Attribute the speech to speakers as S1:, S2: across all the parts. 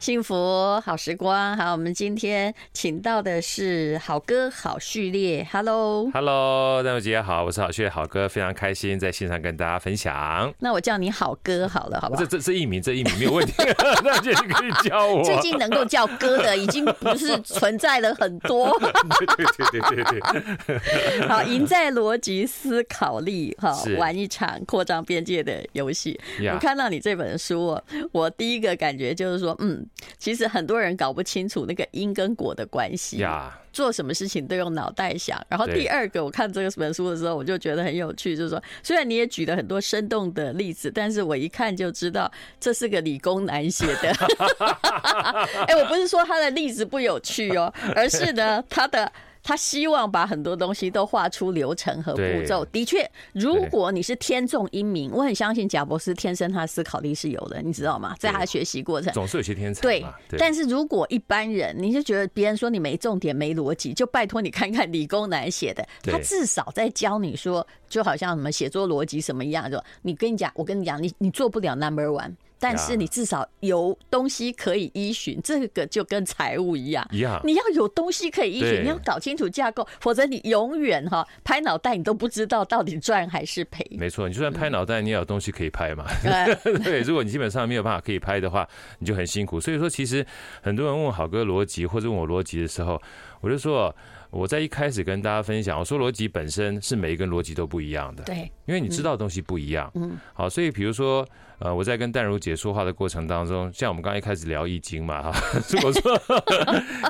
S1: 幸福好时光，好，我们今天请到的是好歌好序列，Hello，
S2: Hello，大家姐好，我是好学好哥，非常开心在线上跟大家分享。
S1: 那我叫你好哥好了，好不好
S2: 这？这这一名这一名没有问题， 大姐你可以教我。
S1: 最近能够叫哥的已经不是存在了很 多，
S2: 对对对对对对，
S1: 好，赢在逻辑思考力，哈
S2: 是，
S1: 玩一场扩张边界的游戏。
S2: 呀
S1: 我看到你这本书哦，我第一个感觉就是说，嗯，其实很多人搞不清楚那个因跟果的关系，
S2: 呀
S1: 做什么事情都用脑袋想。然后
S2: 对
S1: 第二个，我看这个本书的时候，我就觉得很有趣，就是说，虽然你也举了很多生动的例子，但是我一看就知道这是个理工男写的。 哎、我不是说他的例子不有趣 哦，而是呢，他的他希望把很多东西都画出流程和步
S2: 对
S1: 骤。的确，如果你是天纵英明，我很相信贾博士天生他思考力是有的，你知道吗？在他的学习过程。
S2: 总是有些天才
S1: 对
S2: 嘛。，
S1: 但是如果一般人，你就觉得别人说你没重点、没逻辑，就拜托你看看理工男写的，
S2: 对
S1: 他至少在教你说，就好像什么写作逻辑什么一样，就你跟你讲，我跟你讲，你你做不了 number one，但是
S2: 呀
S1: 你至少有东西可以依循，这个就跟财务一样。
S2: 一样。
S1: 你要有东西可以依循，
S2: 对
S1: 你要搞清楚架构，否则你永远哈拍脑袋，你都不知道到底赚还是赔。
S2: 没错，你就算拍脑袋，你也有东西可以拍嘛。
S1: 呃，
S2: 对，如果你基本上没有办法可以拍的话，你就很辛苦。所以说，其实很多人问我好哥逻辑或者问我逻辑的时候，我就说，我在一开始跟大家分享，我说逻辑本身是每一个人逻辑都不一样的。
S1: 对，
S2: 因为你知道的东西不一样。嗯，好，所以比如说，呃，我在跟淡如姐说话的过程当中，像我们刚刚一开始聊易经 嘛，哈，如果说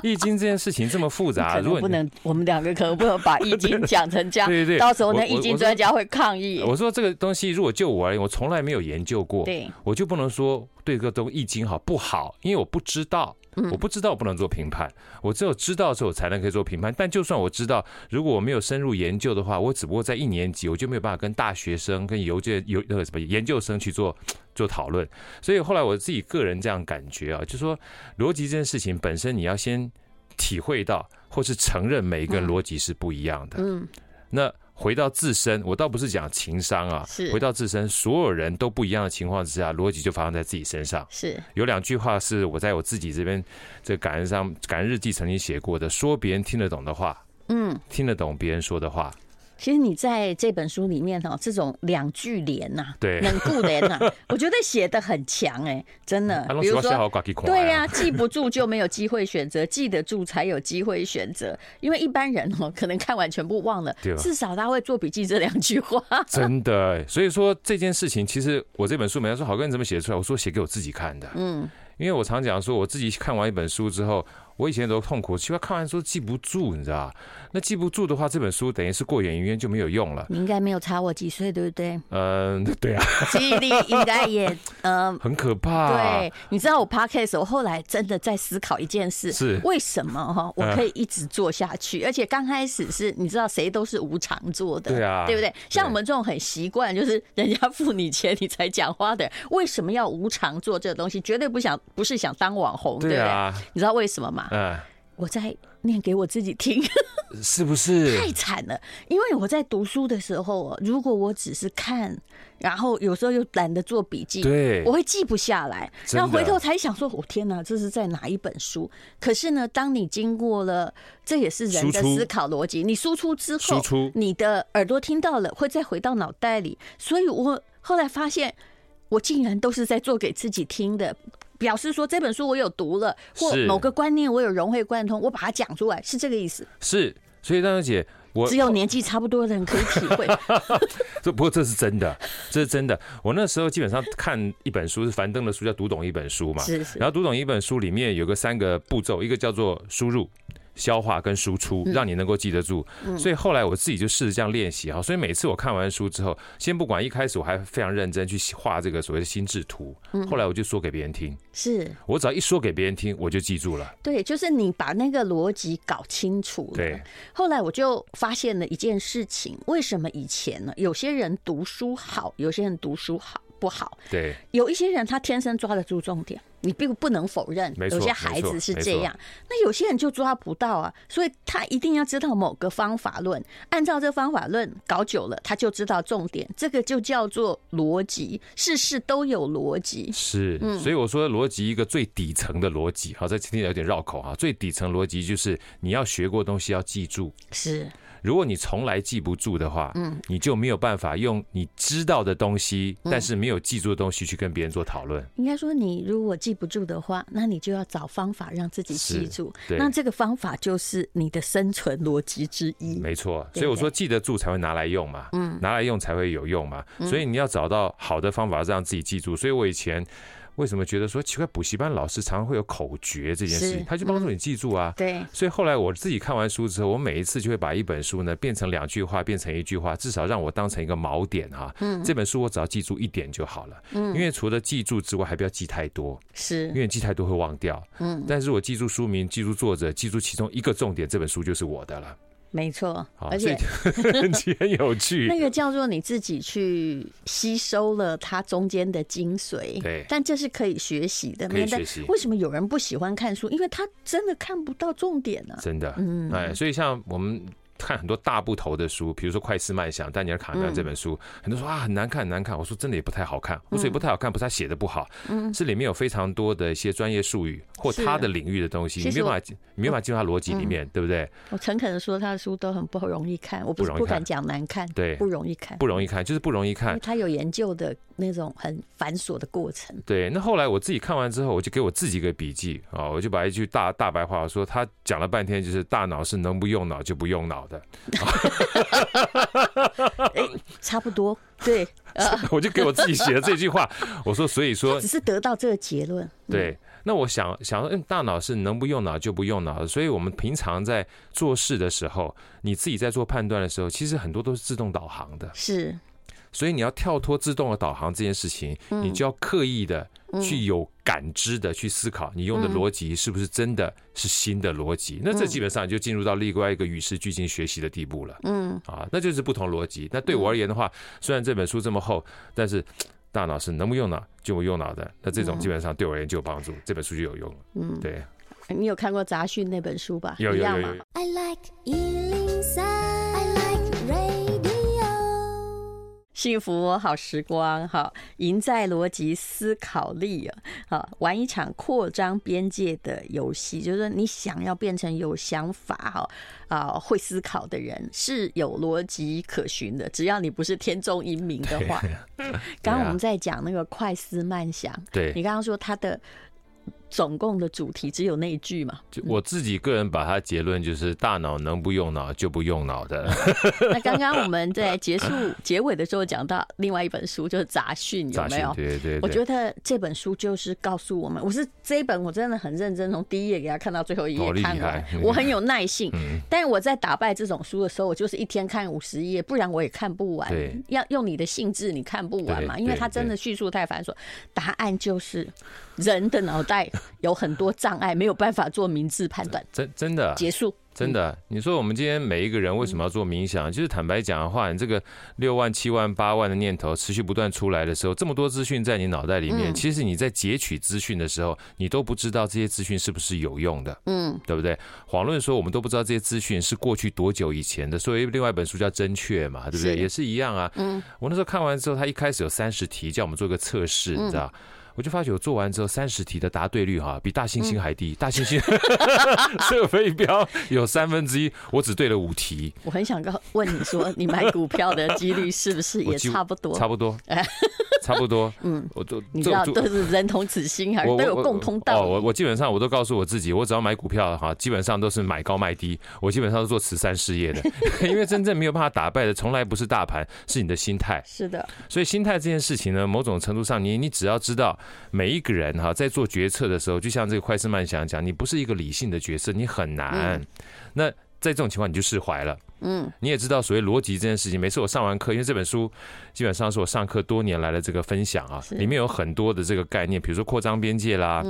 S2: 易经这件事情这么复
S1: 可
S2: 杂，啊如
S1: 能
S2: 果
S1: 不
S2: 你
S1: 能，我们两个可能不能把易经讲成这样，
S2: 对对对
S1: 到时候
S2: 我
S1: 那
S2: 我
S1: 易经
S2: 我
S1: 专家会抗议。
S2: 我说这个东西，如果就我而言，我从来没有研究过，
S1: 对，
S2: 我就不能说对这个东易经好不好，因为我不知道，我
S1: 嗯
S2: 不知道，我不能做评判。我只有知道的时候，我才能可以做评判。但就算我知道，如果我没有深入研究的话，我只不过在一年级，我就没有办法跟大学生、跟游界游那个什么研究生去做做讨论。所以后来我自己个人这样感觉啊，就说逻辑这件事情本身，你要先体会到，或是承认每一个人逻辑是不一样的。
S1: 嗯，
S2: 那回到自身，我倒不是讲情商啊
S1: 是，
S2: 回到自身，所有人都不一样的情况之下，逻辑就发生在自己身上。
S1: 是
S2: 有两句话是我在我自己这边这感恩上感恩日记曾经写过的，说别人听得懂的话，
S1: 嗯，
S2: 听得懂别人说的话，
S1: 其实你在这本书里面哈，哦这种两句联呐、
S2: 对
S1: 冷固联 呐、我觉得写的很强哎、真的
S2: 啊，。拢
S1: 比
S2: 是
S1: 如
S2: 我写
S1: 说
S2: 好，挂去看的啊
S1: 对呀、记不住就没有机会选择，记得住才有机会选择。因为一般人哦， 可能看完全部忘了
S2: 对，啊
S1: 至少他会做笔记这两句话。
S2: 真的欸，所以说这件事情，其实我这本书，人家说好哥你怎么写得出来？我说写给我自己看的，嗯，因为我常讲说，我自己看完一本书之后，我以前都痛苦，奇怪看完书记不住，你知道吧那记不住的话，这本书等于是过眼云烟就没有用了。
S1: 你应该没有差我几岁，对不对？
S2: 嗯，对啊，
S1: 记忆力应该也呃
S2: 很可怕。
S1: 对，你知道我 podcast，我后来真的在思考一件事，
S2: 是嗯
S1: 为什么哈，我可以一直做下去，而且刚开始是你知道谁都是无偿做的，
S2: 对啊
S1: 对不对
S2: 对？
S1: 像我们这种很习惯，就是人家付你钱你才讲话的人，为什么要无偿做这个东西？绝对不想不是想当网红，对不
S2: 对
S1: 对？
S2: 啊，
S1: 你知道为什么吗？
S2: 嗯，
S1: 我在念给我自己听。
S2: 是不是？
S1: 太惨了，因为我在读书的时候，哦，如果我只是看，然后有时候又懒得做笔记，
S2: 对
S1: 我会记不下来，
S2: 真的
S1: 然后回头才想说，我、天哪，这是在哪一本书？可是呢，当你经过了，这也是人的
S2: 输出
S1: 思考逻辑，你输出之后，
S2: 输出
S1: 你的耳朵听到了，会再回到脑袋里，所以我后来发现，我竟然都是在做给自己听的。表示说这本书我有读了，或
S2: 是
S1: 某个观念我有融会贯通，我把它讲出来，是这个意思。
S2: 是，所以大小姐，我
S1: 只有年纪差不多的人可以体会。
S2: 这不过这是真的，这是真的。我那时候基本上看一本书是樊登的书，叫《读懂一本书》嘛。
S1: 是是
S2: 然后读懂一本书里面有个三个步骤，一个叫做输入、消化跟输出，让你能够记得住。所以后来我自己就试着这样练习哈。所以每次我看完书之后，先不管一开始我还非常认真去画这个所谓的心智图，后来我就说给别人听，
S1: 是，
S2: 我只要一说给别人听，我就记住了。
S1: 对，就是你把那个逻辑搞清楚了
S2: 对。
S1: 后来我就发现了一件事情：为什么以前呢，有些人读书好，有些人读书好不好。
S2: 对，
S1: 有一些人他天生抓得住重点，你并不能否认
S2: 没，错
S1: 有些孩子是这
S2: 没
S1: 样。那有些人就抓不到啊，所以他一定要知道某个方法论，按照这方法论搞久了，他就知道重点。这个就叫做逻辑，事事都有逻辑。
S2: 是，所以我说逻辑一个最底层的逻辑，好，这听起来有点绕口哈。最底层逻辑就是你要学过东西要记住，
S1: 是，
S2: 如果你从来记不住的话，嗯，你就没有办法用你知道的东西，但是没有记住的东西去跟别人做讨论。
S1: 应该说你如果记不住的话，那你就要找方法让自己记
S2: 是
S1: 住。
S2: 对
S1: 那这个方法就是你的生存逻辑之一。
S2: 没错，
S1: 嗯对
S2: 所以我说记得住才会拿来用嘛，嗯，拿来用才会有用嘛，所以你要找到好的方法让自己记住。所以我以前为什么觉得说奇怪，补习班老师常常会有口诀这件事
S1: 是
S2: 情，他就帮助你记住啊。
S1: 对，
S2: 所以后来我自己看完书之后，我每一次就会把一本书呢变成两句话，变成一句话，至少让我当成一个锚点哈、嗯，这本书我只要记住一点就好了。嗯，因为除了记住之外，还不要记太多，
S1: 是
S2: 因为你记太多会忘掉。
S1: 嗯，
S2: 但是我记住书名、记住作者、记住其中一个重点，这本书就是我的了。
S1: 没错，
S2: 好，
S1: 而
S2: 所
S1: 且
S2: 以 就很有趣。
S1: 那个叫做你自己去吸收了它中间的精髓，
S2: 对
S1: 但这是可以学习的。
S2: 可以
S1: 免得
S2: 学习
S1: 为什么有人不喜欢看书？因为他真的看不到重点啊呢、
S2: 真的，
S1: 嗯
S2: 哎，所以像我们。看很多大部头的书，比如说《快思慢想》丹尼尔·卡
S1: 嗯
S2: 梅伦这本书，很多人说啊很难看，很难看。我说真的也不太好看。
S1: 嗯
S2: 我说也不太好看，不是他写的不好，是里面有非常多的一些专业术语或
S1: 是嗯
S2: 他的领域的东西，
S1: 其
S2: 你没
S1: 实
S2: 有
S1: 我
S2: 办法进，你没有办法进入他逻辑里面，对不对？
S1: 我诚恳的说，他的书都很不容易看，我不是
S2: 不容易
S1: 不敢
S2: 看
S1: 讲难看，
S2: 对
S1: 不容易看，
S2: 不容易看，就是不容易
S1: 因
S2: 看
S1: 为。他有研究的那种很繁琐的过程。
S2: 对，那后来我自己看完之后，我就给我自己一个笔记啊，我就把一句大大白话说，他讲了半天就是大脑是能不用脑就不用脑 的，
S1: 差不多，对，
S2: 我就给我自己写了这句话。我说，所以说
S1: 只是得到这个结论。
S2: 对，那我想想说，嗯，大脑是能不用脑就不用脑的，所以我们平常在做事的时候，你自己在做判断的时候，其实很多都是自动导航的，
S1: 是
S2: 所以你要跳脱自动的导航这件事情，
S1: 嗯
S2: 你就要刻意的去有感知的去思考，你用的逻辑是不是真的是新的逻辑？那这基本上你就进入到另外一个与时俱进学习的地步了。嗯，啊，那就是不同逻辑。那对
S1: 嗯
S2: 我而言的话，虽然这本书这么厚，但是。大脑是能不用脑就不用脑的，那这种
S1: 嗯
S2: 基本上对我而言就有帮助，这本书就有用了。嗯，对，
S1: 你有看过杂讯那本书吧？
S2: 有
S1: 一
S2: 有
S1: 样
S2: 有
S1: 嘛
S2: 有，
S3: I like Ealing Sound. I like radio.
S1: 幸福好时光，哈，赢在逻辑思考力啊！好，玩一场扩张边界的游戏，就是说你想要变成有想法哈啊会思考的人，是有逻辑可循的。只要你不是天纵英明的话，刚
S2: 啊
S1: 刚我们在讲那个快思慢想，你
S2: 对，
S1: 刚刚说它的总共的主题只有那一句 嘛？
S2: 就我自己个人把它结论就是大脑能不用脑就不用脑的。
S1: 嗯那刚刚我们在结束 结尾的时候讲到另外一本书，就是杂讯，有
S2: 杂
S1: 没
S2: 讯
S1: 有？
S2: 对对对，
S1: 我觉得这本书就是告诉我们，我是这一本我真的很认真，从第一页给他看到最后一页
S2: 哦厉害
S1: 看完，
S2: 嗯
S1: 我很有耐性。但我在打败这种书的时候，我就是一天看五十页，不然我也看不完
S2: 对。
S1: 要用你的兴致，你看不完嘛，
S2: 对
S1: 因为
S2: 对
S1: 它真的
S2: 对
S1: 叙述太繁琐。答案就是，人的脑袋有很多障碍，没有办法做明智判断。
S2: 真真的啊
S1: 结束。
S2: 真的，你说我们今天每一个人为什么要做冥想？就是坦白讲的话，你这个六万、七万、八万的念头持续不断出来的时候，这么多资讯在你脑袋里面，其实你在截取资讯的时候，你都不知道这些资讯是不是有用的，嗯，对不对？遑论说我们都不知道这些资讯是过去多久以前的。所以另外一本书叫《真确》嘛，对不对？
S1: 是
S2: 也是一样啊。嗯，我那时候看完之后，他一开始有三十题，叫我们做个测试，你知道。我就发觉我做完之后，三十题的答对率哈、比大猩猩还低。大猩猩 射飞镖有三分之一，我只对了五题，
S1: 我很想告问你说，你买股票的几率是不是
S2: 我
S1: 也
S2: 几乎
S1: 差不多？
S2: 差 不多，差不多。嗯，我都
S1: 你知
S2: 这
S1: 道，
S2: 这
S1: 都是人同此心啊，都有共通道
S2: 哦，
S1: 理。
S2: 我我基本上我都告诉我自己，我只要买股票哈，基本上都是买高卖低，我基本上都做慈善事业的， 因为真正没有办法打败的，从来不是大盘，是你的心态。
S1: 是的，
S2: 所以心态这件事情呢，某种程度上你，你只要知道每一个人哈，在做决策的时候，就像这个快思慢想讲，你不是一个理性的角色，你很
S1: 嗯
S2: 难。那在这种情况，你就释怀了。嗯，你也知道所谓逻辑这件事情。每次我上完课，因为这本书基本上是我上课多年来的这个分享啊，
S1: 是嗯
S2: 里面有很多的这个概念，比如说扩张边界啦。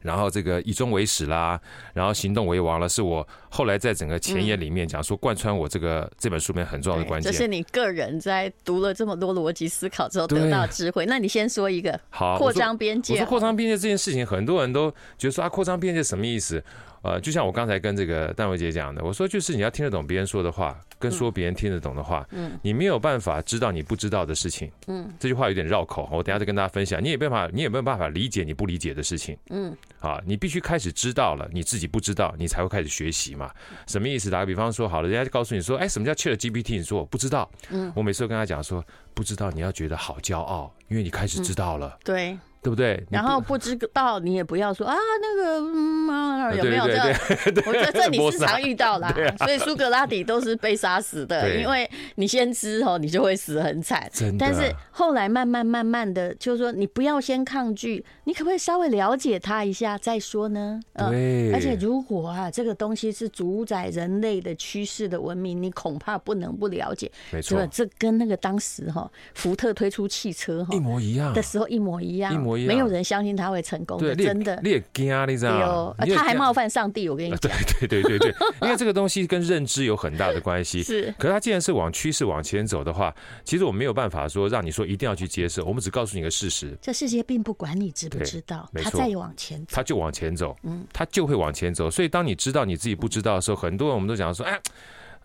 S2: 然后这个以终为始啦，然后行动为王了，是我后来在整个前言里面讲说贯穿我这个这本书里面很重要的关
S1: 嗯这是
S2: 键。
S1: 你个人在读了这么多逻辑思考之后
S2: 对
S1: 得到智慧。那你先说一个
S2: 好，
S1: 扩
S2: 我说
S1: 张边
S2: 我
S1: 界
S2: 说
S1: 好
S2: 扩
S1: 了，
S2: 张边界这件事情，很多人都觉得说啊，扩张边界什么意思？呃，就像我刚才跟这个戴维姐讲的，我说就是你要听得懂别人说的话，跟说别人听得懂的话，嗯，你没有办法知道你不知道的事情，嗯，这句话有点绕口，我等一下再跟大家分享。你也没办法，你也没有办法理解你不理解的事情，嗯，啊，你必须开始知道了，你自己不知道，你才会开始学习嘛。什么意思？打个比方说，好了，人家就告诉你说，哎，什么叫 Chat GPT？你说我不知道，嗯，我每次都跟他讲说，不知道你要觉得好骄傲，因为你开始知道了，
S1: 对，
S2: 对不对？你
S1: 然
S2: 不
S1: 后不知道你也不要说啊，那个嗯啊，
S2: 对
S1: 有没有这
S2: 对
S1: 个？我觉得这你
S2: 摩
S1: 是
S2: 擦
S1: 常遇到啦
S2: 对啊，
S1: 所以苏格拉底都是被杀死的，
S2: 对
S1: 因为你先知哦，你就会死很惨
S2: 真的。
S1: 但是后来慢慢慢慢的，就是说你不要先抗拒，你可不可以稍微了解他一下再说呢？嗯
S2: 对，
S1: 而且如果啊，这个东西是主宰人类的趋势的文明，你恐怕不能不了解。
S2: 没
S1: 这
S2: 错，
S1: 这跟那个当时哈、福特推出汽车哈、
S2: 一模一样
S1: 的。时候一模一样，
S2: 一模一样
S1: 没有人相信他会成功
S2: 对，
S1: 的，
S2: 你也
S1: 真的。
S2: 你也惊啊，你知
S1: 对
S2: 道
S1: 哦
S2: 吗？，
S1: 啊
S2: 你也
S1: 他还
S2: 惊
S1: 冒犯上帝，我跟你
S2: 啊
S1: 讲，
S2: 对对对 对对，因为这个东西跟认知有很大的关系。
S1: 是
S2: 可是它既然是往趋势往前走的话，其实我没有办法说让你说一定要去接受，我们只告诉你一个事实，
S1: 这世界并不管你知不
S2: 对
S1: 知道，
S2: 没
S1: 它
S2: 错
S1: 再往前走。
S2: 它就往前走，
S1: 嗯
S2: 它就会往前走。所以当你知道你自己不知道的时候，很多人我们都讲说，哎。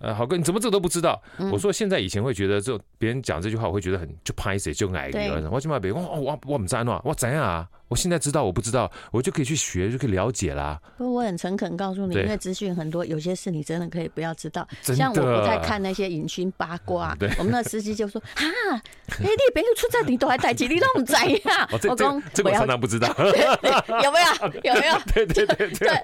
S2: 呃，好哥，你怎么这个都不知道？
S1: 嗯
S2: 我说现在以前会觉得，就别人讲这句话，我会觉得很就拍谁就矮
S1: 对
S2: 个，我起码别哦我我我们在那，我怎样啊？我现在知道我不知道，我就可以去学，就可以了解啦。
S1: 不过我很诚恳告诉你，
S2: 对
S1: 因为资讯很多，有些事你真的可以不要知道。
S2: 真的嗯
S1: 像我不太看那些隐讯八卦
S2: 对，
S1: 我们那司机就说：“哈，哎，你别出站，你都还带起，你都不在呀
S2: 哦，？”这
S1: 我
S2: 这
S1: 讲
S2: 这个
S1: 我
S2: 我
S1: 要
S2: 常常不知 道。
S1: 有没有？有没有？
S2: 对对对对，啊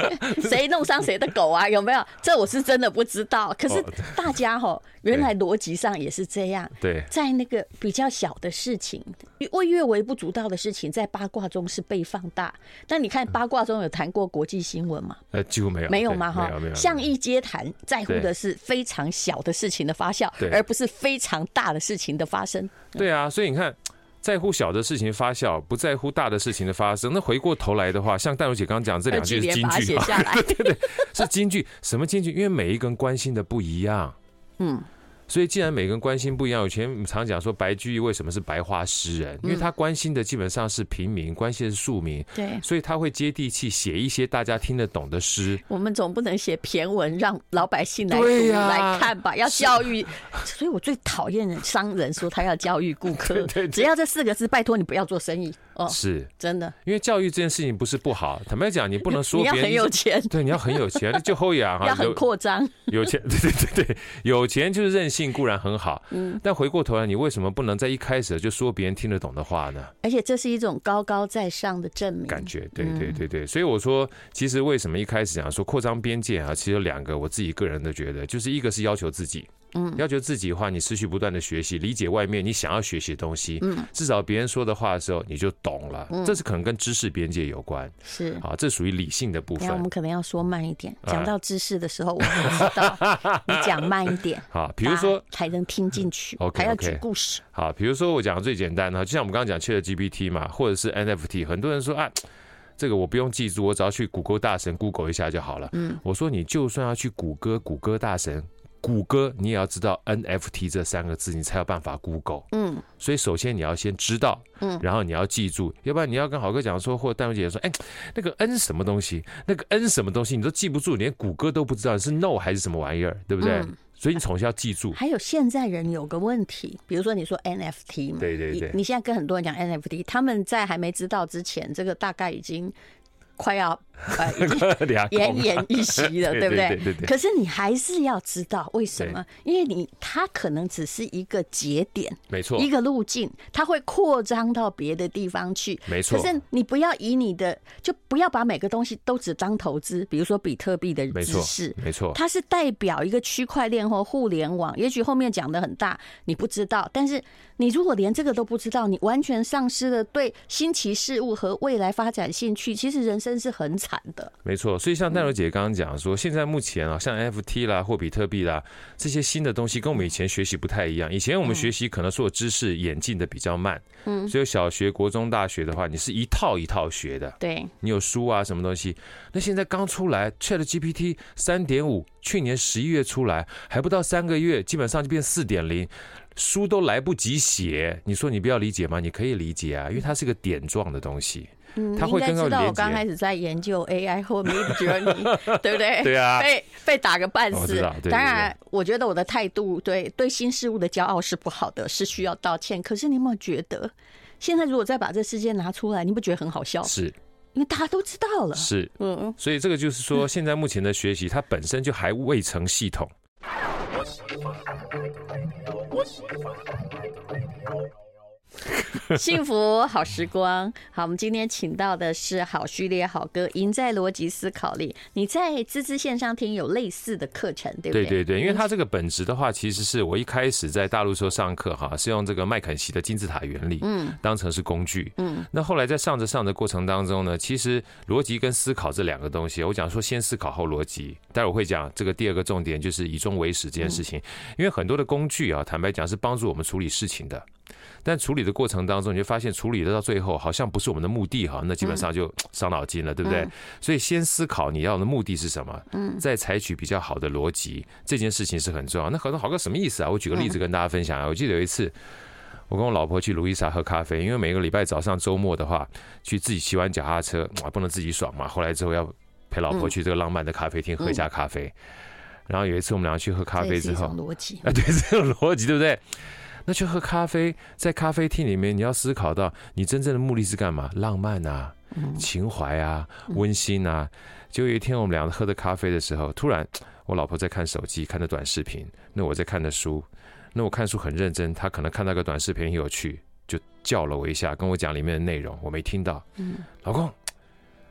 S1: 谁弄伤谁的狗啊？有没有？这我是真的不知道。可是
S2: 哦
S1: 大家吼，原来逻辑上也是这样。
S2: 对
S1: 在那个比较小的事情，越越微不足道的事情，在八卦中是被放大。但你看八卦中有谈过国际新闻吗？
S2: 呃，几乎没有，
S1: 没有
S2: 对
S1: 嘛
S2: 没
S1: 哈
S2: 有没有，，
S1: 像
S2: 没有
S1: 一街谈在乎的是非常小的事情的发酵
S2: 对，
S1: 而不是非常大的事情的发生。
S2: 对啊，所以你看。在乎小的事情发酵，不在乎大的事情的发生。那回过头来的话，像戴茹姐刚刚讲这
S1: 二
S2: 两句
S1: 级连
S2: 是金
S1: 把它
S2: 句
S1: 写
S2: 嘛，
S1: 下 来，
S2: 是金句，什么金句？因为每一个人关心的不一样，
S1: 嗯，
S2: 所以既然每个人关心不一样，以前我们常讲说白居易为什么是白话诗人，因为他关心的基本上是平民，关心的是庶民，
S1: 嗯对。
S2: 所以他会接地气，写一些大家听得懂的诗。
S1: 我们总不能写骈文让老百姓来读
S2: 对呀
S1: 来看吧？要教育，所以我最讨厌人商人说他要教育顾 客，只要这四个字，拜托你不要做生意哦，
S2: 是
S1: 真的。
S2: 因为教育这件事情不是不好，坦白讲，你不能 说
S1: 你要
S2: 别
S1: 很
S2: 人
S1: 有钱，
S2: 对，你要很有钱，就后仰 哈，
S1: 要很
S2: 有
S1: 扩张，
S2: 有钱， 对对对对，有钱就是任性固然很好，
S1: 嗯
S2: 但回过头来，你为什么不能在一开始就说别人听得懂的话呢？
S1: 而且这是一种高高在上的证明。
S2: 感觉，对对对对，所以我说，其实为什么一开始讲说扩张边界啊，其实有两个我自己个人的觉得，就是一个是要求自己。嗯，要求自己的话，你持续不断的学习，理解外面你想要学习的东西。嗯，至少别人说的话的时候，你就懂了。这是可能跟知识边界有关
S1: 是，
S2: 啊，这属于理性的部
S1: 等一下我
S2: 分
S1: 们。可能要说慢一点。
S2: 哎
S1: 讲到知识的时候，我们知 道你讲慢一点，
S2: 好，啊比如说嗯
S1: 大家才能听进去，
S2: OK，
S1: 还要
S2: OK
S1: 举故事。
S2: 好，比如说我讲的最简单的，就像我们刚刚讲 Chat GPT 嘛，或者是 NFT，很多人说啊，这个我不用记住，我只要去谷歌大神 Google 一下就好了。嗯，我说你就算要去谷歌谷歌大神。谷歌，你也要知道 NFT 这三个字，你才有办法 Google。
S1: 嗯，
S2: 所以首先你要先知道，嗯，然后你要记住，要不然你要跟好哥讲说，或者戴茹姐说，哎，那个 N 什么东西，那个 N 什么东西，你都记不住，连谷歌都不知道你是 No 还是什么玩意儿，对不对？所以你从小要记 住。
S1: 还有现在人有个问题，比如说你说 NFT 嘛，
S2: 对对对
S1: 你你现在跟很多人讲 NFT，他们在还没知道之前，这个大概已经快 要呃已经
S2: 俩
S1: 奄
S2: 孔啊
S1: 奄一息 了，
S2: 对
S1: 对不
S2: 对对对对
S1: 可是你还是要知道为什么，因为你它可能只是一个节点，
S2: 没错，
S1: 一个路径，它会扩张到别的地方去。
S2: 没错
S1: 可是你不要以你的，就不要把每个东西都只当投资，比如说比特币的
S2: 没
S1: 知
S2: 错
S1: 识，。
S2: 没错，
S1: 它是代表一个区块链或互联网，也许后面讲的很大，你不知道。但是你如果连这个都不知道，你完全丧失了对新奇事物和未来发展兴趣，其实人生是很惨的。
S2: 没错，所以像戴茹姐刚刚讲说，现在目前啊，像
S1: 嗯
S2: FT 啦或比特币啦这些新的东西，跟我们以前学习不太一样。以前我们学习可能所有知识演进的比较慢，嗯，所以小学、国中、大学的话，你是一套一套学的，
S1: 对，
S2: 你有书啊什么东西。那现在刚出来 Chat GPT 三点五，去年十一月出来，还不到三个月，基本上就变四点零。书都来不及写，你说你不要理解吗？你可以理解啊，因为它是个点状的东西。
S1: 嗯
S2: 它
S1: 你
S2: 会
S1: 应该
S2: 跟我
S1: 知道
S2: 连
S1: 我刚
S2: 接
S1: 开始在研究 AI 或 Mid Journey，对 不对？
S2: 对啊
S1: 被被打个半
S2: 我
S1: 死
S2: 知道。对对
S1: 当然，我觉得我的态度对对新事物的骄傲是不好的，是需要道歉。可是你有没有觉得，现在如果再把这事件拿出来，你不觉得很好笑？
S2: 是
S1: 因为大家都知道了。
S2: 是，
S1: 嗯，
S2: 所以这个就是说，现在目前的学习，它本身就还未成系统。
S1: 幸福好时光。好，我们今天请到的是好序列好歌，赢在逻辑思考力。你在滋滋线上听有类似的课程，对不
S2: 对嗯
S1: 对？
S2: 对对，因为它这个本质的话，其实是我一开始在大陆时候上课哈，是用这个麦肯锡的金字塔原理，嗯，当成是工具，嗯。那后来在上着上的过程当中呢，其实逻辑跟思考这两个东西，我讲说先思考后逻辑，待会儿我会讲这个第二个重点就是以终为始这件事情，因为很多的工具啊，坦白讲是帮助我们处理事情的。但处理的过程当中，你就发现处理的到最后好像不是我们的目的哈，那基本上就伤脑筋了，对不对？所以先思考你要的目的是什么，再采取比较好的逻辑，这件事情是很重要。那很多好哥什么意思啊？我举个例子跟大家分享啊。我记得有一次，我跟我老婆去卢伊莎喝咖啡，因为每个礼拜早上周末的话，去自己骑完脚踏车啊，不能自己爽嘛。后来之后要陪老婆去这个浪漫的咖啡厅喝一下咖啡。然后有一次我们俩去喝咖
S1: 这
S2: 啡
S1: 也是
S2: 之
S1: 一
S2: 后
S1: 种，逻辑。
S2: 啊，对， 这种逻辑对不对？那去喝咖啡，在咖啡厅里面，你要思考到你真正的目的是干嘛？浪漫啊，情怀啊，温馨啊。就有一天我们俩喝着咖啡的时候，突然我老婆在看手机，看着短视频，那我在看着书，那我看书很认真，她可能看到个短视频很有趣，就叫了我一下，跟我讲里面的内容，我没听到。
S1: 嗯
S2: 老公，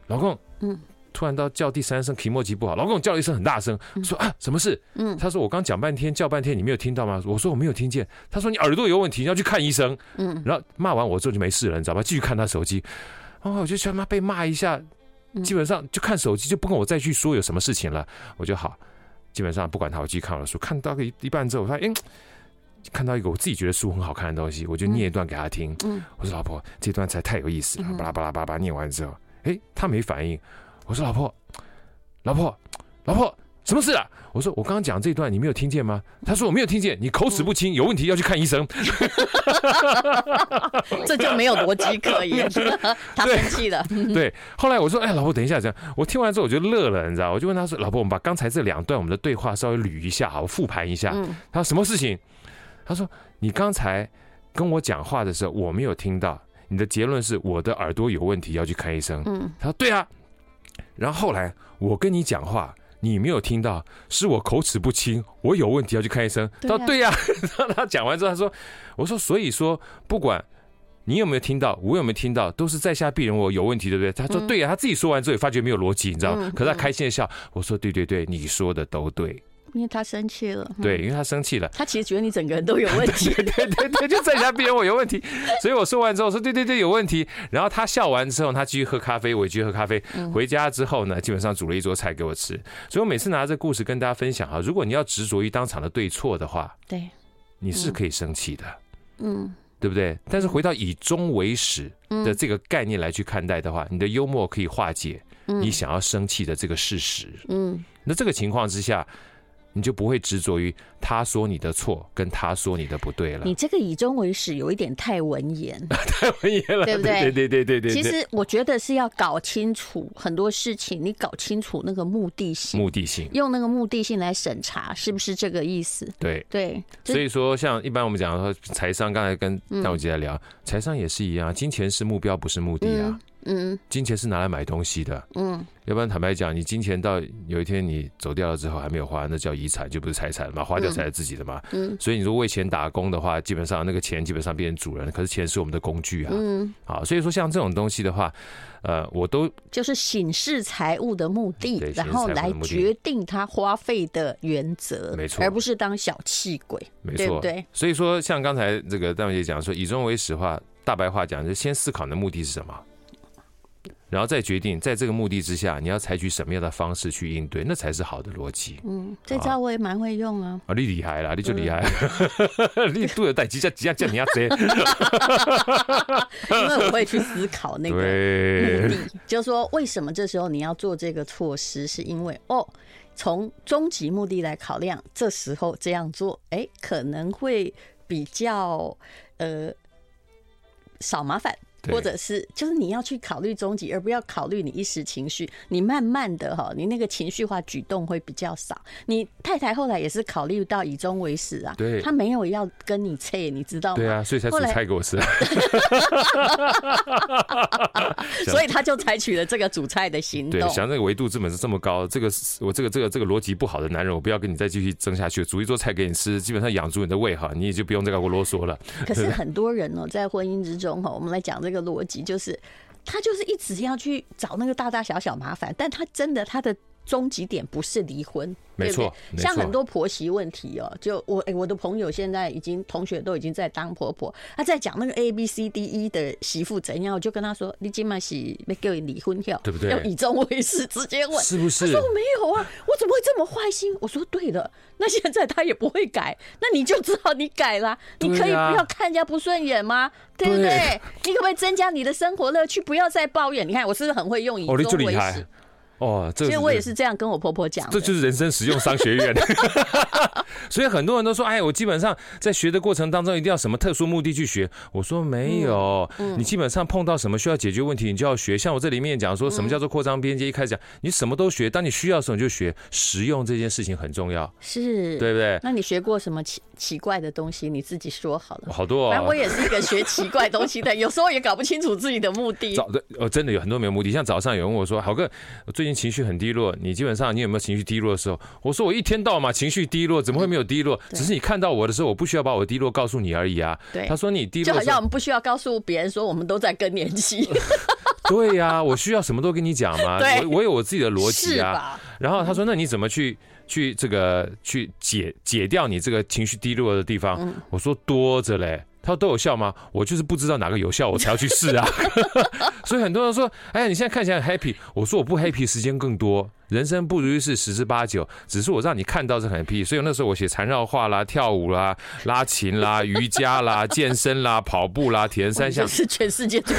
S2: 老公，
S1: 嗯，
S2: 突然到叫第三声，提莫吉不好，老公叫了一声很大声，说啊什么事？
S1: 嗯
S2: 他说我刚讲半天，叫半天，你没有听到吗？我说我没有听见。他说你耳朵有问题，你要去看医生。
S1: 嗯
S2: 然后骂完我之后就没事了，你知道吧？继续看他手机。哦，我就想他妈被骂一下，
S1: 嗯
S2: 基本上就看手机，就不跟我再去说有什么事情了。我就好，基本上不管他，我继续看我的书。看到个一一半之后，我发现，哎看到一个我自己觉得书很好看的东西，我就念一段给他听。
S1: 嗯
S2: 我说老婆，这段才太有意思了，巴拉巴拉巴拉巴拉念完之后，哎，他没反应。我说老婆，老婆，老婆，什么事啊？我说我刚刚讲这段你没有听见吗？他说我没有听见，你口齿不清，有问题要去看医生。
S1: 这就没有逻辑可言， 他生气了。
S2: 对，后来我说，哎，老婆，等一下，这样，我听完之后我就乐了，你知道，我就问他说，老婆，我们把刚才这两段我们的对话稍微捋一下，好，我复盘一下。
S1: 嗯
S2: 他说什么事情？他说你刚才跟我讲话的时候我没有听到，你的结论是我的耳朵有问题，要去看医生。
S1: 嗯，
S2: 他说对啊。然后后来我跟你讲话，你没有听到，是我口齿不清，我有问题要去看医生。
S1: 对啊
S2: 他说对呀、然后 他讲完之后，他说，我说所以说不管。你有没有听到？我有没有听到？都是在下鄙人我有问题，对不对？他说对呀、他自己说完之后也发觉没有逻辑，你知道吗？
S1: 嗯
S2: 可是他开心的笑。我说对对对，你说的都对，
S1: 因为他生气了。嗯
S2: 对，因为他生气了。
S1: 他其实觉得你整个人都有问 题。
S2: 对对对，就在家别人我有问题，所以我说完之后说对对对有问题，然后他笑完之后他继续喝咖啡，我也继续喝咖啡。回家之后呢，基本上煮了一桌菜给我吃。所以我每次拿这故事跟大家分享啊，如果你要执着于当场的对错的话，
S1: 对，
S2: 你是可以生气的，
S1: 嗯
S2: 对不对？但是回到以终为始的
S1: 嗯
S2: 这个概念来去看待的话，你的幽默可以化解你想要生气的这个事实。
S1: 嗯，
S2: 那这个情况之下。你就不会执着于他说你的错跟他说你的不对了，
S1: 你这个以终为始有一点太文言。
S2: 太文言了，
S1: 对不对
S2: 对？对对对对对。
S1: 其实我觉得是要搞清楚很多事情，你搞清楚那个目的性，
S2: 目的性，
S1: 用那个目的性来审查是不是这个意思？
S2: 对。
S1: 对，就嗯
S2: 所以说，像一般我们讲说财商，刚才跟大伟姐在聊，财商也是一样，啊金钱是目标，不是目的啊。
S1: 嗯
S2: 金钱是拿来买东西的，
S1: 嗯，
S2: 要不然坦白讲，你金钱到有一天你走掉了之后还没有花，那叫遗产，就不是财产了嘛，花掉才是自己的嘛。
S1: 嗯
S2: 所以你说为钱打工的话，基本上那个钱基本上变成主人，可是钱是我们的工具啊。
S1: 嗯，
S2: 啊，所以说像这种东西的话，呃，我都
S1: 就是显示财务的目的
S2: 对，
S1: 然后
S2: 显示财
S1: 来
S2: 务的目的
S1: 决定他花费的原则，
S2: 没错
S1: 而不是当小气鬼。
S2: 没
S1: 对
S2: 错，
S1: 不对
S2: 所以说，像刚才这个戴小姐讲说，以终为始话，大白话讲，就是先思考你的目的是什么。然后再决定在这个目的之下，你要采取什么样的方式去应对，那才是好的逻辑。
S1: 嗯，这招我也蛮会用 啊。
S2: 啊，你厉害啦，你就厉害，
S1: 嗯
S2: 你都有代志，叫叫叫你要贼，
S1: 因为我会去思考 那个嗯目
S2: 对
S1: 的，就是说为什么这时候你要做这个措施，是因为哦，从终极目的来考量，这时候这样做，哎、可能会比较呃少麻烦。
S2: 对
S1: 或者是，就是你要去考虑终极，而不要考虑你一时情绪。你慢慢的哈，你那个情绪化举动会比较少。你太太后来也是考虑到以终为始啊，
S2: 对
S1: 她没有要跟你切，你知道吗？
S2: 对啊，所以才煮
S1: 后来嗯
S2: 菜给我吃。
S1: 所以他就采取了这个煮菜的行
S2: 对，
S1: 动。
S2: 想这个维度资本是这么高，这个是我这个这个这个逻辑不好的男人，我不要跟你再继续争下去，煮一桌菜给你吃，基本上养足你的胃哈，你也就不用再跟我啰嗦了。
S1: 可是很多人哦，在婚姻之中哈，我们来讲这个逻辑，就是他就是一直要去找那个大大小小麻烦，但他真的他的终极点不是离婚，
S2: 没
S1: 对
S2: 错
S1: 不
S2: 没
S1: 对
S2: 错
S1: 像很多婆媳问题哦，就我哎、我的朋友现在已经同学都已经在当婆婆，他在讲那个 A B C D E 的媳妇怎样，我就跟他说，你今晚是要叫你离婚票，
S2: 对不对
S1: 要以终为始，直接问
S2: 是不是
S1: 他说没有啊，我怎么会这么坏心？我说对了， 那现在他也不会改，那你就知道你改啦，你可以
S2: 对啊
S1: 不要看人家不顺眼吗？对不对？
S2: 对
S1: 你可不可以增加你的生活乐趣？不要再抱怨。你看我是不是很会用以终
S2: 哦，你最
S1: 为
S2: 厉害
S1: 始？
S2: 哦，这
S1: 所
S2: 个
S1: 以我也是这样跟我婆婆讲
S2: 这
S1: 的。
S2: 就是人生实用商学 院。 所以很多人都说，哎，我基本上在学的过程当中，一定要什么特殊目的去学。我说没有，
S1: 嗯
S2: 你基本上碰到什么需要解决问题，你就要学。像我这里面讲说什
S1: 嗯
S2: 么叫做扩张边界，一开始讲你什么都学，当你需要的时候你就学，实用这件事情很重要，
S1: 是，
S2: 对不对？
S1: 那你学过什么奇奇怪的东西？你自己说好了。
S2: 好多、哦，
S1: 反正我也是一个学奇怪东西的，有时候也搞不清楚自己的目的。
S2: 早的呃，真的有很多没有目的。像早上有人问我说：“豪哥，我最近情绪很低落，你基本上你有没有情绪低落的时候？”我说：“我一天到晚嘛情绪低落，怎么会没有低落？只是你看到我的时候，我不需要把我的低落告诉你而已啊。”
S1: 对
S2: 他说：“你低
S1: 就
S2: 落
S1: 好
S2: 的时
S1: 像我
S2: 候，
S1: 们不需要告诉别人说我们都在更年期，，
S2: 对呀、我需要什么都跟你讲 嘛
S1: 对
S2: 我我有我自己的 逻
S1: 是
S2: 辑啊。”
S1: 吧？
S2: 然后他说：“那你怎么去去这个去解解掉你这个情绪低落的地
S1: 嗯
S2: 方？”我说：“多着嘞。”他说：“都有效吗？”我就是不知道哪个有效，我才要去试啊。 所以很多人说：“哎呀，你现在看起来很 happy。”我说：“我不 happy，时间更多，人生不如意事十之八九，只是我让你看到是很 happy。”所以那时候我写缠绕画啦、跳舞啦、拉琴 啦、瑜伽啦、健身啦、跑步啦、铁人三项
S1: 就，是全世 界最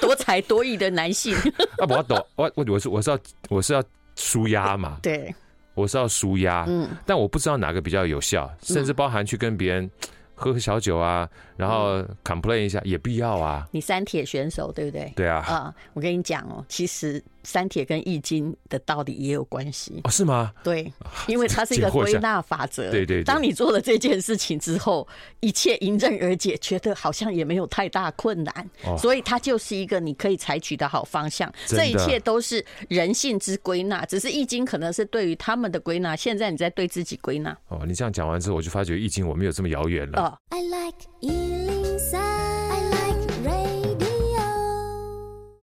S1: 多才多艺的男性。
S2: 啊，我要抖，我我我是我是要我是要舒压嘛，
S1: 对，
S2: 我是要舒压。
S1: 嗯，
S2: 但我不知道哪个比较有效，甚至包含去跟别人喝喝小酒啊，然后
S1: 嗯
S2: complain 一下也必要啊。
S1: 你三铁选手对不对？
S2: 对啊，
S1: 啊、我跟你讲哦，其实三铁跟易经的道理也有关系。
S2: 哦是吗？
S1: 对，因为它是一个
S2: 解惑一
S1: 归
S2: 下
S1: 纳法则。
S2: 对对对
S1: 当你做了这件事情之后，一切迎刃而解，觉得好像也没有太大困难，
S2: 哦
S1: 所以它就是一个你可以采取的好方向。这
S2: 真的
S1: 一切都是人性之归纳，只是易经可能是对于他们的归纳，现在你在对自己归纳。
S2: 哦，你这样讲完之后，我就发觉易经我没有这么遥远
S1: 哦，
S2: 了。
S3: I like Ealing Sound. I like radio.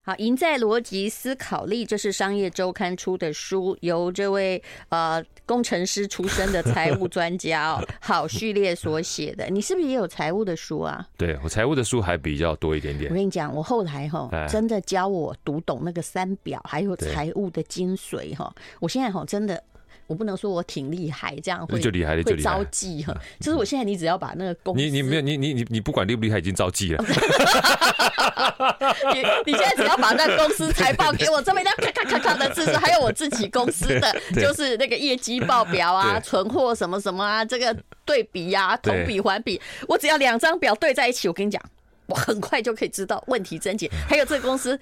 S1: 好，《赢在逻辑思考力》这是商业周刊出的书，由这位呃工程师出身的财务专家 哦，郝序列所写的。你是不是也有财务的书啊？
S2: 对我财务的书还比较多一点
S1: 我
S2: 点。
S1: 跟你讲，我后来哈
S2: 哎
S1: 真的教我读懂那个三表，还有
S2: 对
S1: 财务的精髓哈。我现在哈真的。我不能说我挺厉害，这样会
S2: 就厉害就
S1: 会
S2: 厉害嗯
S1: 招忌哈。就是我现在，你只要把那个公司，
S2: 你你没有你你你你不管厉不厉害，已经招妓 了。
S1: 你你现在只要把那公司财报给我这么一张咔咔咔咔的字数，还有我自己公司的
S2: 对
S1: 就是那个业绩报表啊、
S2: 对
S1: 存货什么什么啊，这个对比呀、同比环比，我只要两张表对在一起，我跟你讲，我很快就可以知道问题症
S2: 嗯
S1: 结。还有这个公司。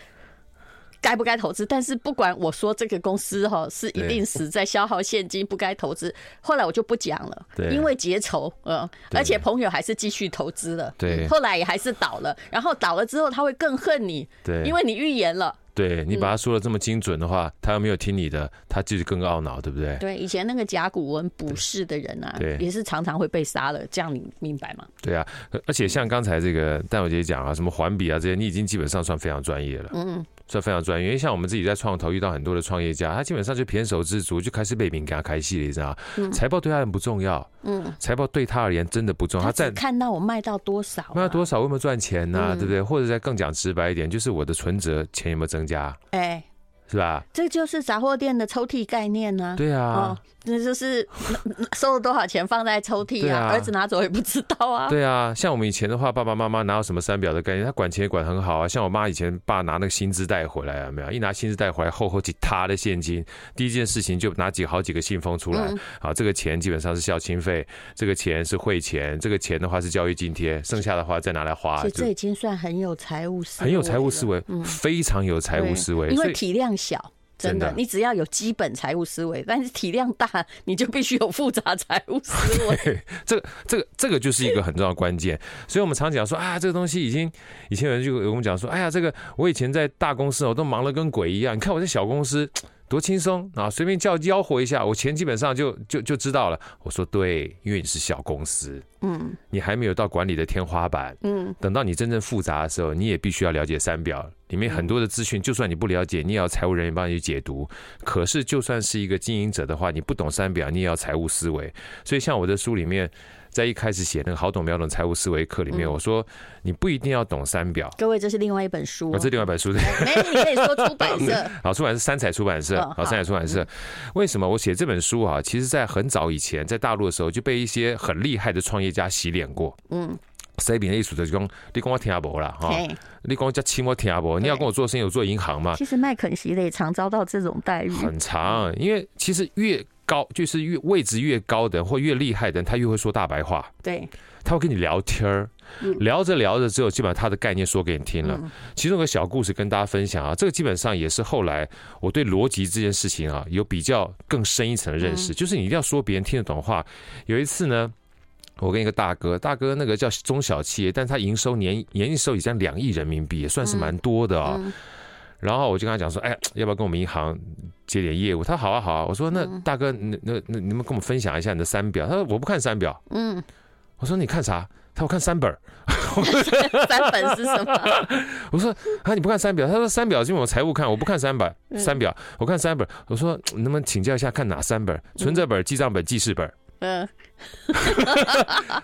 S1: 该不该投资？但是不管我说这个公司哈是一定死在消耗现金，不该投资。后来我就不讲了，
S2: 对
S1: 因为结仇，嗯，
S2: 对
S1: 而且朋友还是继续投资了，
S2: 对
S1: 后来也还是倒了。然后倒了之后，他会更恨你，
S2: 对，
S1: 因为你预言了。
S2: 对你把他说的这么精准的话，他又没有听你的，他就是更懊恼，对不对？
S1: 对，以前那个甲骨文卜筮的人啊
S2: 对，
S1: 也是常常会被杀了，这样你明白吗？
S2: 对啊，而而且像刚才这个戴伟姐讲啊，什么环比啊这些，你已经基本上算非常专业了，嗯，算非常专业。因为像我们自己在创投遇到很多的创业家，他基本上就胼手胝足，就开始被敏感开戏了，你知道吗？财报对他很不重要，嗯，财报对他而言真的不哦重要，他
S1: 只
S2: 在。
S1: 看到我卖到多少、啊，
S2: 嗯卖多少，我有没有赚钱呐、对不对？或者再更讲直白一点，就是我的存折钱有没有增家，
S1: 哎，
S2: 是吧？
S1: 这就是杂货店的抽屉概念呢、
S2: 对
S1: 哦
S2: 啊，，
S1: 那就是收了多少钱放在抽屉
S2: 对
S1: 啊，
S2: 啊
S1: 儿子拿走也不知道啊。
S2: 对啊，像我们以前的话，爸爸妈妈哪有什么三表的概念？他管钱也管很好啊。像我妈以前爸拿那个薪资袋回来啊，没有一拿薪资袋回来，厚厚几沓的现金，第一件事情就拿几好几个信封出来。
S1: 嗯
S2: 好，这个钱基本上是孝亲费，这个钱是汇钱，这个钱的话是教育津贴，剩下的话再拿来花
S1: 其实，
S2: 啊就
S1: 这已经算很有财务思维了，
S2: 很有财务思维，非常有财务
S1: 嗯对
S2: 思维。
S1: 因
S2: 所
S1: 为
S2: 以
S1: 体量小。真
S2: 真
S1: 的
S2: 的，
S1: 你只要有基本财务思维，但是体量大，你就必须有复杂财务思 维。
S2: 这个这个这个就是一个很重要的关键，所以我们常讲说啊，这个东西已经以前有人就有跟我们讲说，哎呀，这个我以前在大公司我都忙得跟鬼一样，你看我在小公司多轻松啊，随便叫吆喝一下，我钱基本上就就就知道了。我说对，因为你是小公司，
S1: 嗯
S2: 你还没有到管理的天花板，
S1: 嗯，
S2: 等到你真正复杂的时候，你也必须要了解三表里面很多的资讯，就算你不了解，你也要财务人员帮你去解读。可是，就算是一个经营者的话，你不懂三表，你也要财务思维。所以，像我的书里面，在一开始写那个“好懂秒懂财务思维课”里面，
S1: 嗯
S2: 我说你不一定要懂三表。
S1: 各位，这是另外一本书、哦
S2: 啊，这另外一本 书，
S1: 没，你可以说出版 社。
S2: 好，出版是三彩出版社
S1: 嗯，
S2: 好，三彩出版社。为什么我写这本书啊？其实，在很早以前，在大陆的时候，就被一些很厉害的创业家洗脸过。
S1: 嗯，
S2: 西边的意思就是讲，你讲我听无啦，哈，
S1: 嘿，
S2: 你讲叫期末听不？你要跟我做生意，我做银行嘛，
S1: 其实麦肯锡的也常遭到这种待遇。
S2: 很长。因为其实越高，就是越位置越高的人或越厉害的人，他越会说大白话，
S1: 对，
S2: 他会跟你聊天儿。
S1: 嗯
S2: 聊着聊着之后，基本上他的概念说给你听了。其中有个小故事跟大家分享啊，这个基本上也是后来我对逻辑这件事情啊有比较更深一层的认
S1: 嗯
S2: 识，就是你一定要说别人听得懂的话。有一次呢。我跟一个大哥，大哥那个叫中小企业，但他营收年年营收已经两亿人民币，也算是蛮多的啊、
S1: 嗯
S2: 然后我就跟他讲说，哎，要不要跟我们银行接点业务？他好啊好啊。我说那
S1: 嗯
S2: 大哥，那那那你们跟我们分享一下你的三表。他说我不看三表。
S1: 嗯，
S2: 我说你看啥？他说我看三本儿。
S1: 三本是什 么？
S2: 我说啊你不看三表？他说三表是因为我财务看，我不看三本
S1: 嗯
S2: 三表，我看三本。我说能不能请教一下看哪三本？存折本、记账本、记事本。
S1: 嗯，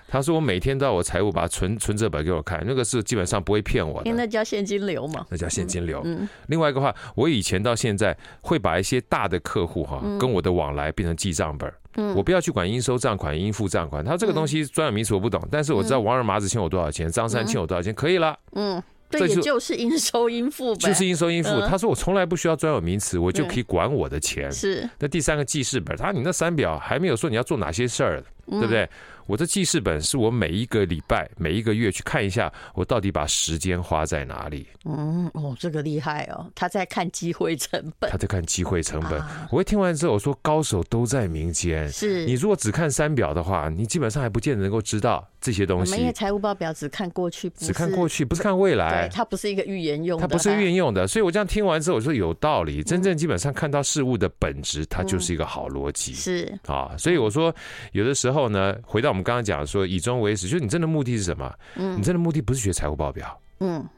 S2: 他说我每天都要我财务把存存折本给我看，那个是基本上不会骗我
S1: 因为
S2: 的。
S1: 那叫现金流嘛。
S2: 那叫现金流。
S1: 嗯
S2: 另外一个话，我以前到现在会把一些大的客户哈、跟我的往来变成记账本儿。
S1: 嗯
S2: 我不要去管应收账款、应付账款，他这个东西专有名词我不懂，但是我知道王二麻子欠我多少钱，张三欠我多少钱，可以了，
S1: 嗯，
S2: 这
S1: 对，
S2: 就
S1: 也就是应收应付呗。
S2: 就是应收应付。
S1: 嗯
S2: 他说我从来不需要专有名词，我就可以管我的钱。
S1: 是，
S2: 那第三个记事本，他你那三表还没有说你要做哪些事儿，
S1: 嗯
S2: 对不对？我这记事本是我每一个礼拜、每一个月去看一下，我到底把时间花在哪里。
S1: 嗯，哦，这个厉害哦，他在看机会成本
S2: 他。在看机会成本
S1: 呃啊。
S2: 我一听完之后，我说高手都在民间。
S1: 是
S2: 你如果只看三表的话，你基本上还不见得能够知道这些
S1: 我
S2: 东
S1: 们因为
S2: 西。
S1: 财务报表只看过去，不
S2: 只看
S1: 是
S2: 过去，不是看未
S1: 对
S2: 来，。
S1: 它不是一个预言用的，
S2: 它不是运用的，所以我这样听完之后，我说有道理。
S1: 嗯
S2: 真正基本上看到事物的本质，它就是一个好逻辑
S1: 是嗯
S2: 啊。所以我说，有的时候呢，回到我们刚刚讲说，以终为始，就是你真的目的是什么？你真的目的不是学财务报表，
S1: 嗯，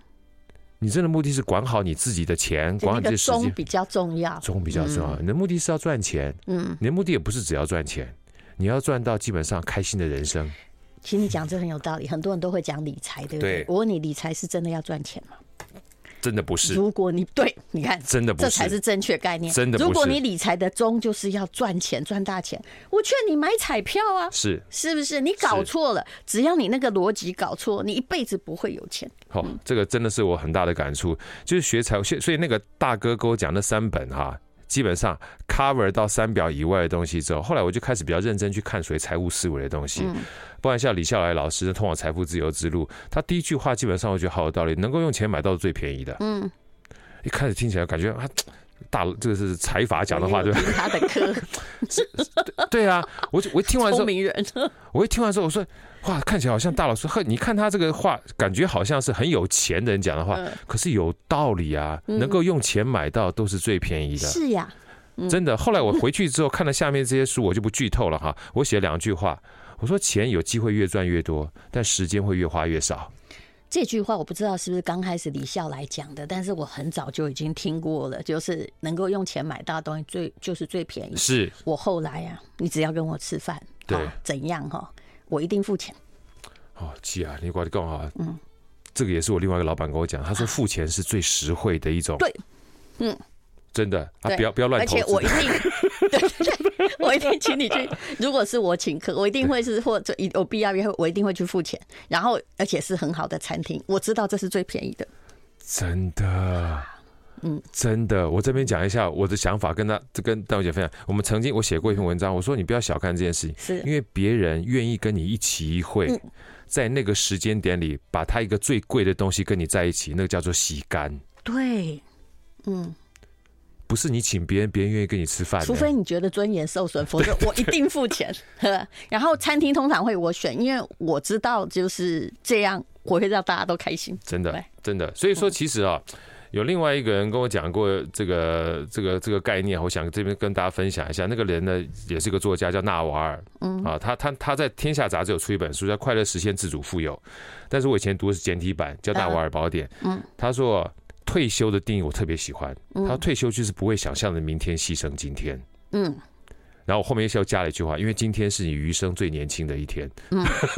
S2: 你真的目的是管好你自己的钱，
S1: 就
S2: 管好
S1: 那
S2: 你
S1: 个
S2: 的时
S1: 中
S2: 间。
S1: 比较重要，
S2: 中比较重要，你的目的是要赚钱，
S1: 嗯，
S2: 你的目的也不是只要赚钱，你要赚到基本上开心的人生。
S1: 其实你讲这很有道理，很多人都会讲理财，对不对？
S2: 对
S1: 我问你，理财是真的要赚钱吗？
S2: 真的不是，
S1: 如果你对，你看。
S2: 真的不
S1: 这
S2: 是，
S1: 才是正确概念。
S2: 真的不是
S1: 如果你理财的终就是要赚钱、赚大钱，我劝你买彩票啊，
S2: 是
S1: 是不是？你搞
S2: 是
S1: 错了，只要你那个逻辑搞错，你一辈子不会有钱。
S2: 好、哦这个真的是我很大的感触，就是学财务，所以所以那个大哥跟我讲那三本哈、基本上 cover 到三表以外的东西之后，后来我就开始比较认真去看所谓财务思维的东西。不然像李笑来老师的《通往财富自由之路》，他第一句话基本上我觉得好有道理，能够用钱买到最便宜的。嗯，一开始听起来感觉啊，大这个是财阀讲的话，对
S1: 我
S2: 吧？
S1: 也有听他的 课，
S2: 对啊，我就我一听完之后
S1: 聪，明人。
S2: 我一听完之后，我说哇，看起来好像大老师，呵，你看他这个话，感觉好像是很有钱的人讲的话，
S1: 嗯
S2: 可是有道理啊，能够用钱买到都是最便宜的，
S1: 是嗯呀，
S2: 真的。后来我回去之后看了下面这些书，我就不剧透了哈，我写两句话。我说钱有机会越赚越多，但时间会越花越少。
S1: 这句话我不知道是不是刚开始李笑来讲的，但是我很早就已经听过了，就是能够用钱买到的东西最就是最便宜。
S2: 是
S1: 我后来啊，你只要跟我吃饭，
S2: 对
S1: 啊怎样哈、我一定付钱。
S2: 哦，姐啊，你管你干哈？嗯，这个也是我另外一个老板跟我讲，他说付钱是最实惠的一种
S1: 啊对嗯，
S2: 真的啊，
S1: 对
S2: 不要不要乱
S1: 而
S2: 投
S1: 且
S2: 资
S1: 我一定，对对对，我一定请你去。如果是我请客，我一定会是或者有必要约会，我一定会去付钱。然后，而且是很好的餐厅，我知道这是最便宜的。
S2: 真的，嗯，真的，我这边讲一下我的想法，跟他跟大姐分享。我们曾经我写过一篇文章，我说你不要小看这件事情，
S1: 是
S2: 因为别人愿意跟你一起一会，在那个时间点里，把他一个最贵的东西跟你在一起，那个叫做洗干，
S1: 对，
S2: 不是你请别人，别人愿意跟你吃饭的，
S1: 除非你觉得尊严受损，否则我一定付钱。呵然后餐厅通常会我选，因为我知道就是这样，我会让大家都开心。
S2: 真的
S1: 对
S2: 真的。所以说，其实啊。有另外一个人跟我讲过这个这个这个概念，我想这边跟大家分享一下。那个人呢，也是个作家，叫纳瓦尔。嗯啊，他他他在《天下》杂志有出一本书，叫《快乐实现自主富有》，但是我以前读的是简体版，叫《纳瓦尔宝典》。嗯，他说退休的定义我特别喜欢，他说退休就是不会想象的明天牺牲今天。
S1: 嗯，
S2: 然后后面又加了一句话，因为今天是你余生最年轻的一天，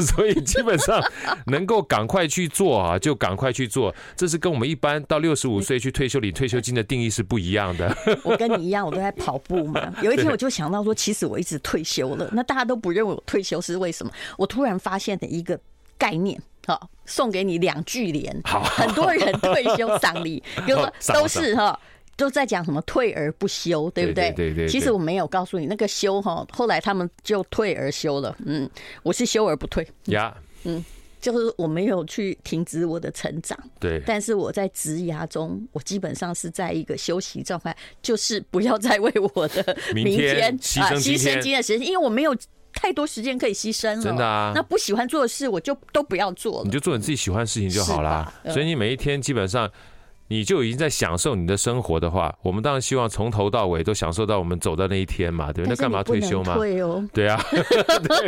S2: 所以基本上能够赶快去做啊，就赶快去做。这是跟我们一般到六十五岁去退休领退休金的定义是不一 样的。
S1: 我跟你一样，我都在跑步 嘛。有一天
S2: 对
S1: 我就想到说，其实我一直退休了，那大家都不认为我退休是为什么？我突然发现的一个概念，好，送给你两句联。
S2: 好
S1: 很多人退休丧 礼，比如
S2: 哦
S1: 说
S2: 丧
S1: 都是哈。都在讲什么退而不休，对不对？
S2: 对对对对对
S1: 其实我没有告诉你那个休哈，后来他们就退而休了。嗯，我是休而不退，
S2: 呀，
S1: 就是我没有去停止我的成长。
S2: 对，
S1: 但是我在职涯中，我基本上是在一个休息状态，就是不要再为我的
S2: 明
S1: 明
S2: 天
S1: 天
S2: 牺
S1: 啊
S2: 牲今
S1: 牺牲
S2: 天
S1: 今天的时间，因为我没有太多时间可以牺牲了。
S2: 真的啊
S1: 那不喜欢做的事，我就都不要做
S2: 你
S1: 了。
S2: 就做你自己喜欢的事情就好
S1: 是
S2: 啦
S1: 吧。嗯
S2: 所以你每一天基本上。你就已经在享受你的生活的话，我们当然希望从头到尾都享受到我们走到那一天嘛，对不对？那
S1: 但是
S2: 干嘛
S1: 你不
S2: 退
S1: 能
S2: 休嘛？
S1: 退哦，
S2: 对啊，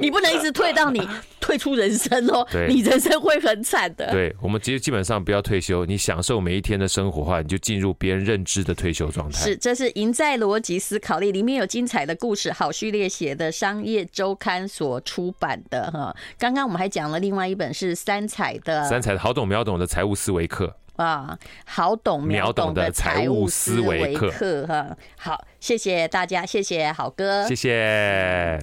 S1: 你不能一直退到你退出人生哦，
S2: 对
S1: 你人生会很惨的。
S2: 对，我们其实基本上不要退休，你享受每一天的生活的话，你就进入别人认知的退休状态。
S1: 是，这是《赢在逻辑思考力》，里面有精彩的故事，好序列写的《商业周刊》所出版的哈。刚刚我们还讲了另外一本是三彩的
S2: 三彩的好懂秒懂的财务思维课，
S1: 啊，好懂秒
S2: 秒懂的财
S1: 财
S2: 务
S1: 务
S2: 思维
S1: 维
S2: 课
S1: 课哈。好，谢谢大家，谢谢好哥，
S2: 谢谢。